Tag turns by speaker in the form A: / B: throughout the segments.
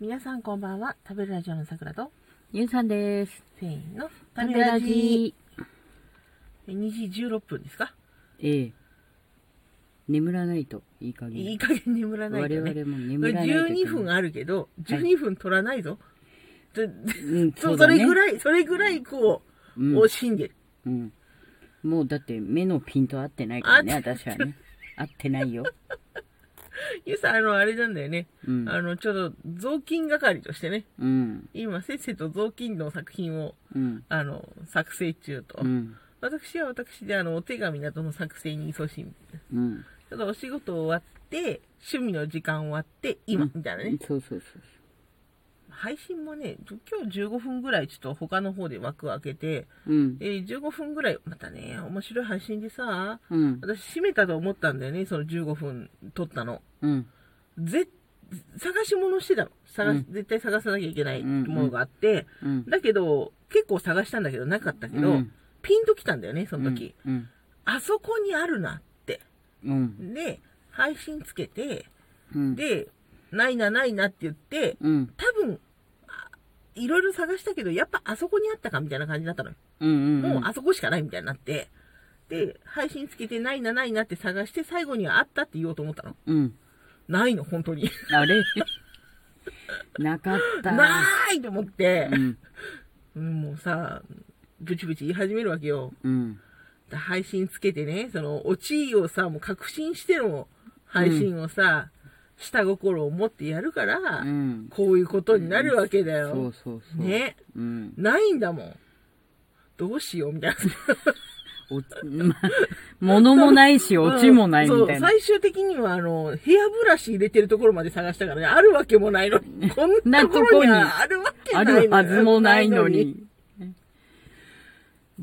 A: 皆さんこんばんは食べるラジオのさくらと
B: ゆんさんです。
A: せーの
B: 食べラジ
A: え2時16分ですか
B: ええ。眠らないといい加減。
A: いい加減眠らないとね
B: 我々も
A: こ
B: 眠
A: れ
B: らないといけない。
A: 12分あるけど12分取らないぞ、と
B: うん、
A: そうう
B: だ
A: そ
B: ね
A: れぐらいそれぐらいこう、
B: うん
A: 惜しんでる
B: うん。もうだって目のピント合ってないからね、
A: 合って
B: 私はね。合ってな いよ。
A: ゆうさんあのあれなんだよね、
B: うん。
A: あのちょっと雑巾係としてね
B: うん。
A: 今せっせと雑巾の作品を
B: うん。
A: あの作成中と、
B: うん。
A: 私は私であのお手紙などの作成に勤しみ
B: うん。
A: ただお仕事終わって趣味の時間終わって今、みたいなね
B: そうそうそう。
A: 配信もね今日15分ぐらいちょっと他の方で枠を開けて、
B: うん
A: え。ー15分ぐらいまたね面白い配信でさ
B: うん。
A: 私閉めたと思ったんだよねその15分撮ったの
B: うん。
A: ぜ探し物してたの探し、絶対探さなきゃいけないものがあって、
B: うん。
A: だけど結構探したんだけどなかったけど、
B: うん
A: ピンときたんだよねその時、
B: うん。
A: あそこにあるなって
B: うん。
A: で配信つけて
B: うん。
A: でないなないなって言って
B: うん。
A: 多分あいろいろ探したけどやっぱあそこにあったかみたいな感じだったの、
B: うん。うん。
A: もうあそこしかないみたいになってで配信つけてないなないなって探して最後にはあったって言おうと思ったの
B: うん。
A: ないの本当に
B: あれ なかった。
A: なーいと思って
B: う、ん。
A: うんもうさブチブチ言い始めるわけよ
B: うん。
A: 配信つけてねその落ちをさもう確信しての配信をさ、下心を持ってやるから、
B: うん。
A: こういうことになるわけだよ、
B: そうそうそう。
A: ね
B: うん。
A: ないんだもんどうしよう みたいな
B: お、 ま、物もないし、オチもないみたいな
A: そ。う最終的には、あの、ヘアブラシ入れてるところまで探したからね、あるわけもないのに。こんなところにはあるわけな
B: あ
A: いの
B: るはずもないのに。。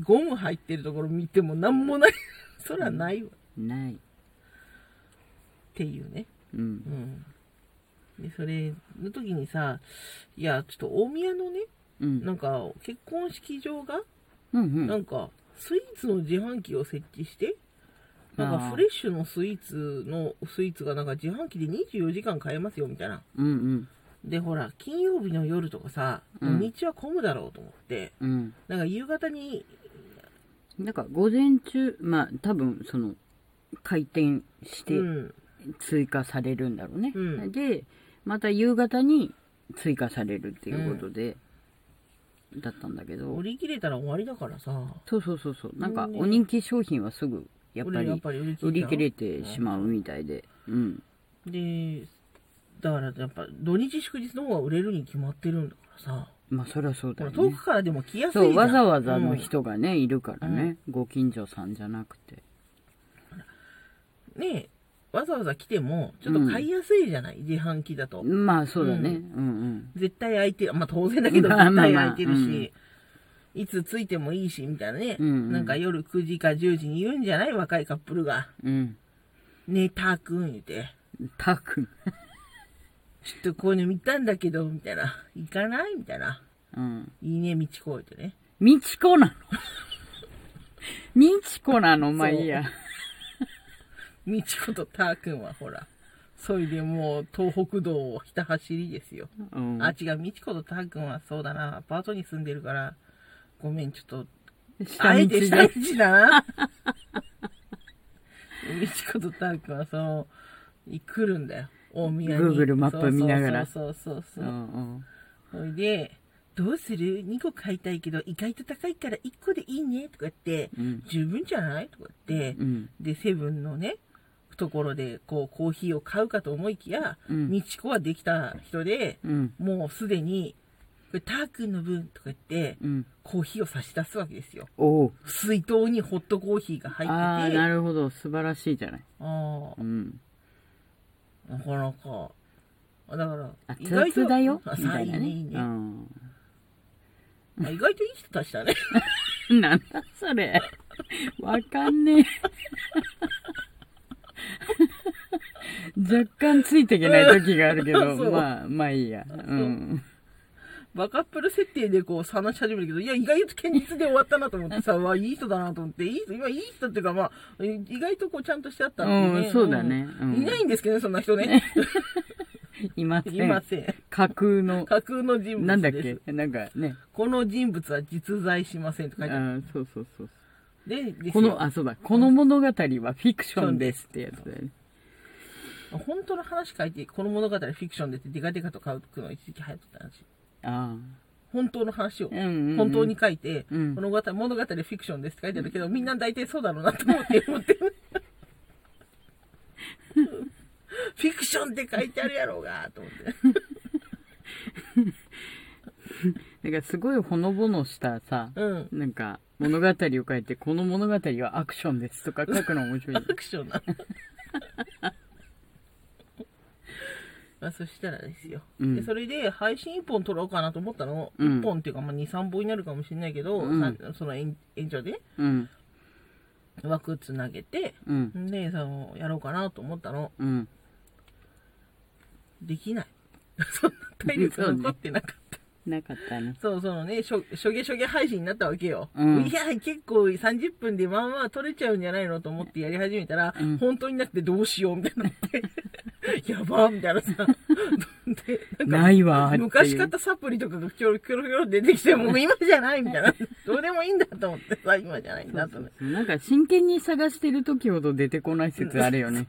A: ゴム入ってるところ見てもなんもない。そらないわ。っ
B: ない。
A: ていうね。
B: う。
A: うんん。で、それの時にさ、いや、ちょっと大宮のね、
B: うん。
A: なんか、結婚式場が、
B: うん。う。
A: なんんか、スイーツの自販機を設置して、なんか
B: あー
A: フレッシュのスイーツのスイーツがなんか自販機で24時間買えますよみたいな。
B: うん。
A: で、ほら、金曜日の夜とかさ、
B: うん
A: 道は混むだろうと思って、
B: うん。
A: なんか夕方に、
B: なんか、午前中、まあ、多分、その、回転して
A: うん、
B: 追加されるんだろうね。
A: うん
B: で、また夕方に追加されるっていうことで、だったんだけど
A: 売、り切れたら終わりだからさ、
B: そうそうそうそう。なんか、
A: うん
B: お人気商品はすぐ、やっぱ
A: 俺やっ
B: り、
A: ぱり売り
B: 売り切れ
A: た
B: てしまうみたいで。うん。
A: で、だからやっぱ土日祝日の方が売れるに決まってるんだからさ、
B: まあ、そりゃそう
A: ほ
B: だ
A: ら
B: よ
A: 遠
B: ね
A: く。からでも来やすいじゃん
B: そう、わざわざの、人がね、いるからね、ご近所さんじゃなくて。
A: うんねわざわざ来ても、ちょっと買いやすいじゃない、自販機だと。
B: まあ、そうだね。
A: う
B: うん
A: 絶対空いてる、まあ当然だけど、絶
B: まあまあまあ
A: 対空いてるし、
B: うん
A: いつ着いてもいいし、みたいなね、
B: うんうん
A: なんか夜9時か10時に言うんじゃない若いカップルが。
B: うん。
A: ねえ、たーくん言うて、
B: うん。たく。
A: ちょっとこういうの見たんだけど、みたいな。行かないみたいな。
B: うん。
A: いいね、道こうってね。
B: みちこなの みちこなのまあ
A: そう
B: いいや。
A: 道子とたーくんはほら、それでもう東北道をひた走りですよ。
B: うん。
A: あ、違う、道子とたーくんはそうだな、アパートに住んでるから、ごめん、ちょっと
B: 下
A: あえ
B: 道
A: て下道
B: で。
A: だ な。みちことたーくんはその、来るんだよ。大宮に。
B: Google マップ見ながら
A: そうそうそううそう。
B: んうん。
A: ほ、いで、どうする ?2 個買いたいけど、意外と高いから1個でいいねとか言って、
B: うん。
A: 十分じゃないとか言って
B: う、ん。
A: で、セブンのね、ところで、こう、コーヒーを買うかと思いきや、
B: うん
A: みちこはできた人で、
B: うん。
A: もうすでに、これ、たーくんの分とか言って、
B: うん。
A: コーヒーを差し出すわけですよ。
B: おう。
A: 水筒にホットコーヒーが入
B: ああ、
A: ってて、
B: な
A: あ
B: るほど。素晴らしいじゃない。
A: あ
B: うん。
A: ー、なかなか。あだから、
B: 熱々だよ。
A: あ
B: みたいな
A: さ
B: ね。
A: いいねいいね
B: う
A: あ
B: ん。
A: 意外といい人たちだね。
B: なんだそれ。わかんねえ。若干ついていけない時があるけど、
A: そう
B: まあ、まあいいや。うん。
A: バカップル設定でこう話し始めるけど、いや、意外と堅実で終わったなと思って さ、わ、いい人だなと思って、いい人、今いい人っていうか、まあ、え意外とこうちゃんとしてあったんで、
B: うんそうだねうん
A: いないんですけどね、そんな人ね。
B: いま せ
A: いま
B: ん。
A: せん。
B: 架空の、
A: 架空の人物です。
B: なんだっけなんかね。
A: この人物は実在しませんって
B: あ
A: 書いてある。
B: ーそうそうそう。
A: で、ですよ
B: この、あ、そうだ。この物語はフィクションですってやつだよね。
A: 本当の話書いて、この物語フィクションでってデカデカと書くの一時期流行ってた話。
B: あ
A: 本当の話を、
B: うんうんうん
A: 本当に書いて、
B: うん
A: 物語、物語フィクションですって書いてあるけど、みんな大体そうだろうなと思って思ってる。フィクションって書いてあるやろうが、と思って。
B: あ。なんかすごいほのぼのしたさ、
A: うん。
B: なんか物語を書いて、この物語はアクションですとか書くの面白い
A: ア。クションなの。まあ、そしたらですよ、
B: うん
A: でそれで配信1本撮ろうかなと思ったの、
B: う
A: 一
B: ん
A: 1本っていうか、まあ、23本になるかもしれないけど、
B: うん
A: さその延延長でね
B: うん。
A: 枠つなげて
B: うん。
A: でそのやろうかなと思ったの
B: うん。
A: できないそんな体力
B: そうね
A: 残ってなかった
B: なかったね。
A: そう,、そのねしょしょげしょげ配信になったわけよ、
B: うん
A: いや結構30分でまあまあ撮れちゃうんじゃないのと思ってやり始めたら、
B: うん
A: 本当になくてどうしようみたいになってやばーみたいなさでなんか
B: ないわーっていう。
A: 昔買ったサプリとかがキョロキョロキョロ出てきてもう今じゃないみたいなどうでもいいんだと思ってさ今じゃないんだと思って
B: なんか真剣に探してる時ほど出てこない説あるよね。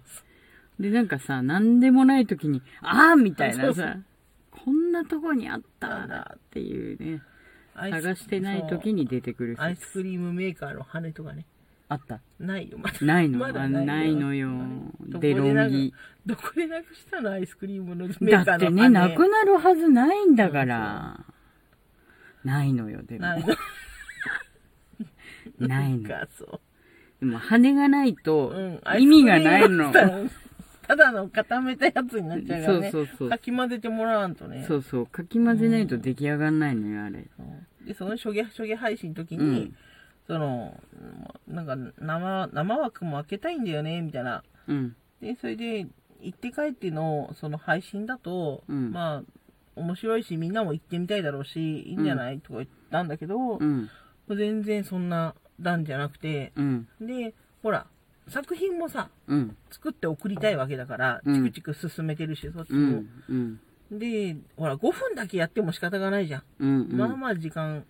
B: で、なんかさ、なんでもない時に、ああみたい
A: そ
B: な
A: うそう
B: さ、こんなとこにあっ
A: あ
B: た
A: った
B: んだっていうね、
A: アイス
B: 探してない時に出てくる
A: そうアイ
B: 説
A: スクリームメーカーの羽とかね
B: あった。
A: ないよまだ
B: ないの
A: まだ
B: あないのよ
A: どこ
B: デロンギ
A: なくどこでなくしたのアイスクリームのメーカーの羽
B: だってね、なくなるはずないんだから。ないのよ、でも。
A: ない
B: ない
A: の
B: の。
A: かそう
B: でも、羽がないと
A: うん、アイスクリ
B: 意味
A: ーム
B: がないの。
A: だったらただの固めたやつになっちゃうからね
B: そうそうそう
A: かき混ぜてもらわんとね
B: そうそう、かき混ぜないと出来上がんないのよ、あれ。
A: そうでその初げ初げ配信の時に、
B: うん
A: そのなんか生生枠も開けたいんだよねみたいな
B: うん。
A: でそれで行って帰ってのその配信だと、
B: うん
A: まあ面白いしみんなも行ってみたいだろうしいいんじゃない、とか言ったんだけど、も
B: うん。
A: う全然そんな段じゃなくて
B: うん。
A: でほら作品もさ
B: うん。
A: 作って送りたいわけだから、
B: うん
A: チクチク進めてるしそっち
B: う
A: も
B: ん、。うん。
A: でほら5分だけやっても仕方がないじゃん、
B: うん。
A: ま
B: う
A: あ
B: ん。
A: まあ時間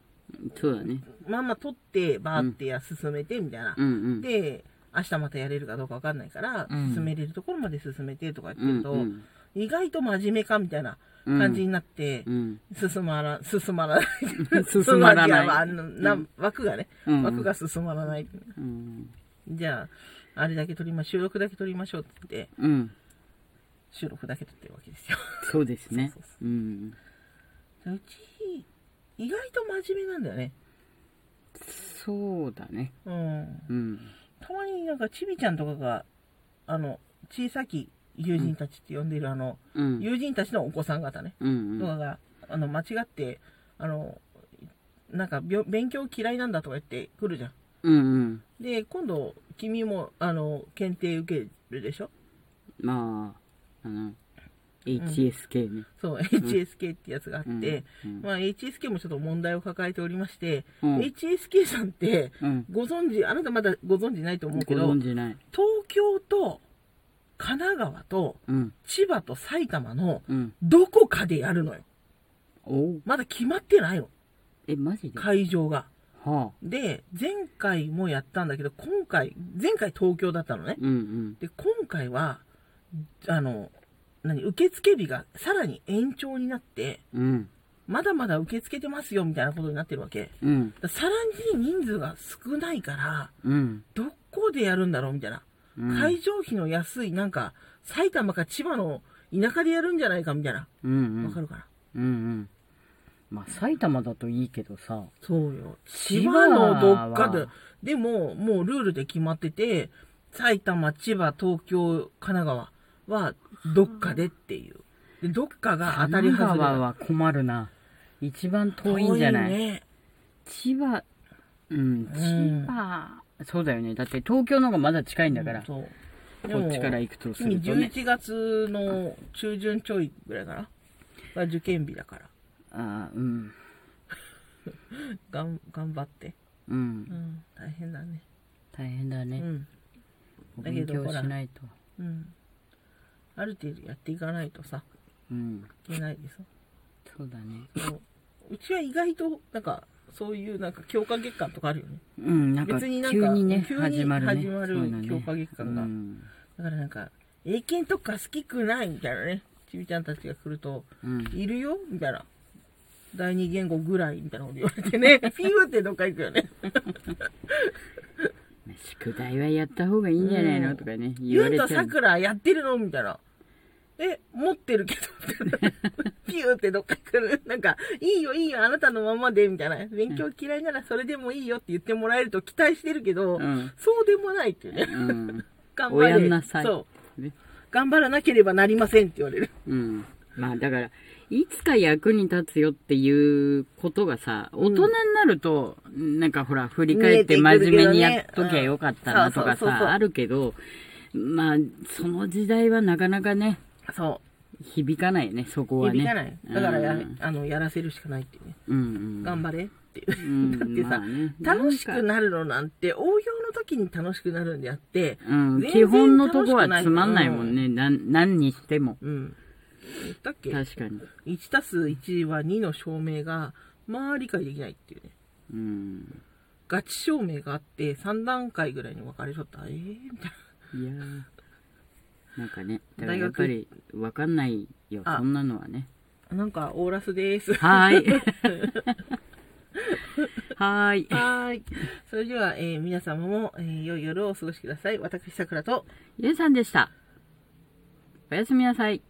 B: そうだね。
A: まあまあ撮ってバーってや進めてみたいな、
B: うん。うん。
A: で明日またやれるかどうかわかんないから、
B: うん
A: 進めれるところまで進めてとか
B: う
A: 言って
B: ん
A: ると、意外と真面目かみたいな
B: うん。
A: 感じになって
B: う、ん。
A: 進まら、進まらない。
B: 進まらない
A: いやあのな枠がね、
B: うん
A: 枠が進まらない。
B: うん。
A: じゃあ、あれだけ撮りま、収録だけ撮りましょうって言って、
B: うん。
A: 収録だけ撮ってるわけですよ。
B: そうですね
A: そうそう。
B: うん。
A: うち、意外と真面目なんだよね。
B: そうだね。
A: うん。
B: うん。
A: たまになんか、ちびちゃんとかが、あの、小さき友人たちって呼んでるあの、
B: うん。
A: 友人たちのお子さん方ね、
B: うん。
A: とかが、あの、間違って、あの、なんか、びょ勉強嫌いなんだとか言ってくるじゃん。
B: うん。うん。
A: で今度君もあの検定受けるでしょ
B: まあ、あの、HSK ね。
A: そう HSK ってやつがあって、
B: うん
A: まあ、HSK もちょっと問題を抱えておりまして、
B: うん
A: HSK さんって
B: うん。
A: ご存知あなたまだご存知ないと思う
B: ご
A: けど
B: 存
A: 東
B: 知ない。
A: 京と神奈川と
B: うん。
A: 千葉と埼玉の
B: うん。
A: どこかでやるのよ
B: おう。
A: まだ決まってないの
B: え、マジでは
A: 会場が
B: あ。
A: で前回もやったんだけど今回前回東京だったのね
B: うんうん。
A: で今回はあの何受付日がさらに延長になって
B: うん。
A: まだまだ受け付けてますよみたいなことになってるわけ
B: うん。
A: ださらに人数が少ないから
B: うん。
A: どこでやるんだろうみたいな、
B: うん
A: 会場費の安いなんか埼玉か千葉の田舎でやるんじゃないかみたいな
B: うんうん。
A: わかるかな、
B: うんうん。まあ、埼玉だといいけどさ。
A: そうよ千
B: 千
A: 葉
B: 葉
A: の
B: は
A: どっかででももうルールで決まってて埼玉千葉東京神奈川はどっかでっていうでどっかが当たり外
B: 神
A: れ
B: 奈川
A: だ
B: は困るな。一番遠いんじゃない
A: 遠ね
B: 千葉、うん、千葉、そうだよね。だって東京の方がまだ近いんだから。こ
A: そう
B: っちから
A: でも
B: 行くとす
A: 君
B: るとね。
A: 11月の中旬ちょいぐらいかなは受験日だから
B: ああ、うん。
A: がん頑張って
B: う。
A: うんん大変だね
B: 大変だ
A: う
B: ね。
A: ん
B: お
A: だけ
B: 勉
A: ど
B: 強
A: ほら
B: しないと。
A: うんある程度やっていかないとさ
B: うん。
A: いけないでしょ
B: そうだね。
A: うんうちは意外となんかそういうなんか強化月間とかあるよね
B: うん、なんか
A: 別になんか
B: 急にね、
A: 急に
B: 始まるね。
A: 始まる
B: そうだね
A: 強化月間が
B: うん
A: だからなんか英検とか好きくないみたいなねちびちゃんたちが来ると
B: うん
A: いるよみたいな第二言語ぐらいみたいなこと言われてね ピューってどっか行くよね
B: 宿題はやった方がいいんじゃないの、
A: うん
B: とかね、言
A: ゆ
B: わ
A: う
B: れ
A: と
B: ちゃ
A: さ
B: う。
A: くらやってるのみたいな。え、持ってるけど、 みたいな。ピューってどっか来る。なんか、いいよいいよ、あなたのままで、みたいな。勉強嫌いならそれでもいいよって言ってもらえると期待してるけど、
B: うん
A: そうでもないっていうね。
B: うん。
A: 頑張れ。
B: 親なさい。
A: そう。
B: ね
A: 頑張らなければなりませんって言われる。
B: うん。まあだから、いつか役に立つよっていうことがさ、大人になると、なんかほら、振り返って
A: 見え
B: 真
A: てくるけどね
B: 面目にやっときゃよかったなとか
A: うんそうそうそうそう
B: さ、あるけど、まあ、その時代はなかなかね、
A: そ
B: 響かないよね、そこ
A: う。
B: はね。
A: 響かない。だからや、
B: うん
A: あの、やらせるしかないっていうね。
B: うんうん。
A: 頑張れっていう。
B: うん
A: だってさ、
B: まあね
A: 楽しく
B: んか
A: なるのなんて、応用の時に楽しくなるんであって、
B: うん、
A: 全然
B: 基本のとこはつまんないもんね、なん、何にしても。
A: うん。言ったっけ
B: 確かに。
A: 1たす1は2の証明が、まあ理解できないっていうね。
B: うん。
A: ガチ証明があって、3段階ぐらいに分かれちゃった。ええみたい
B: いやーなんかね、だから
A: 大
B: やっ
A: 学
B: ぱりわかんないよ、
A: あ
B: そんなのはね。
A: な。なんか、オーラスです。は
B: は ーい。はーい。
A: ーい。 それでは、えー皆様も、えー良い夜をお過ごしください。私、さくらと、
B: ゆうさんでした。おやすみなさい。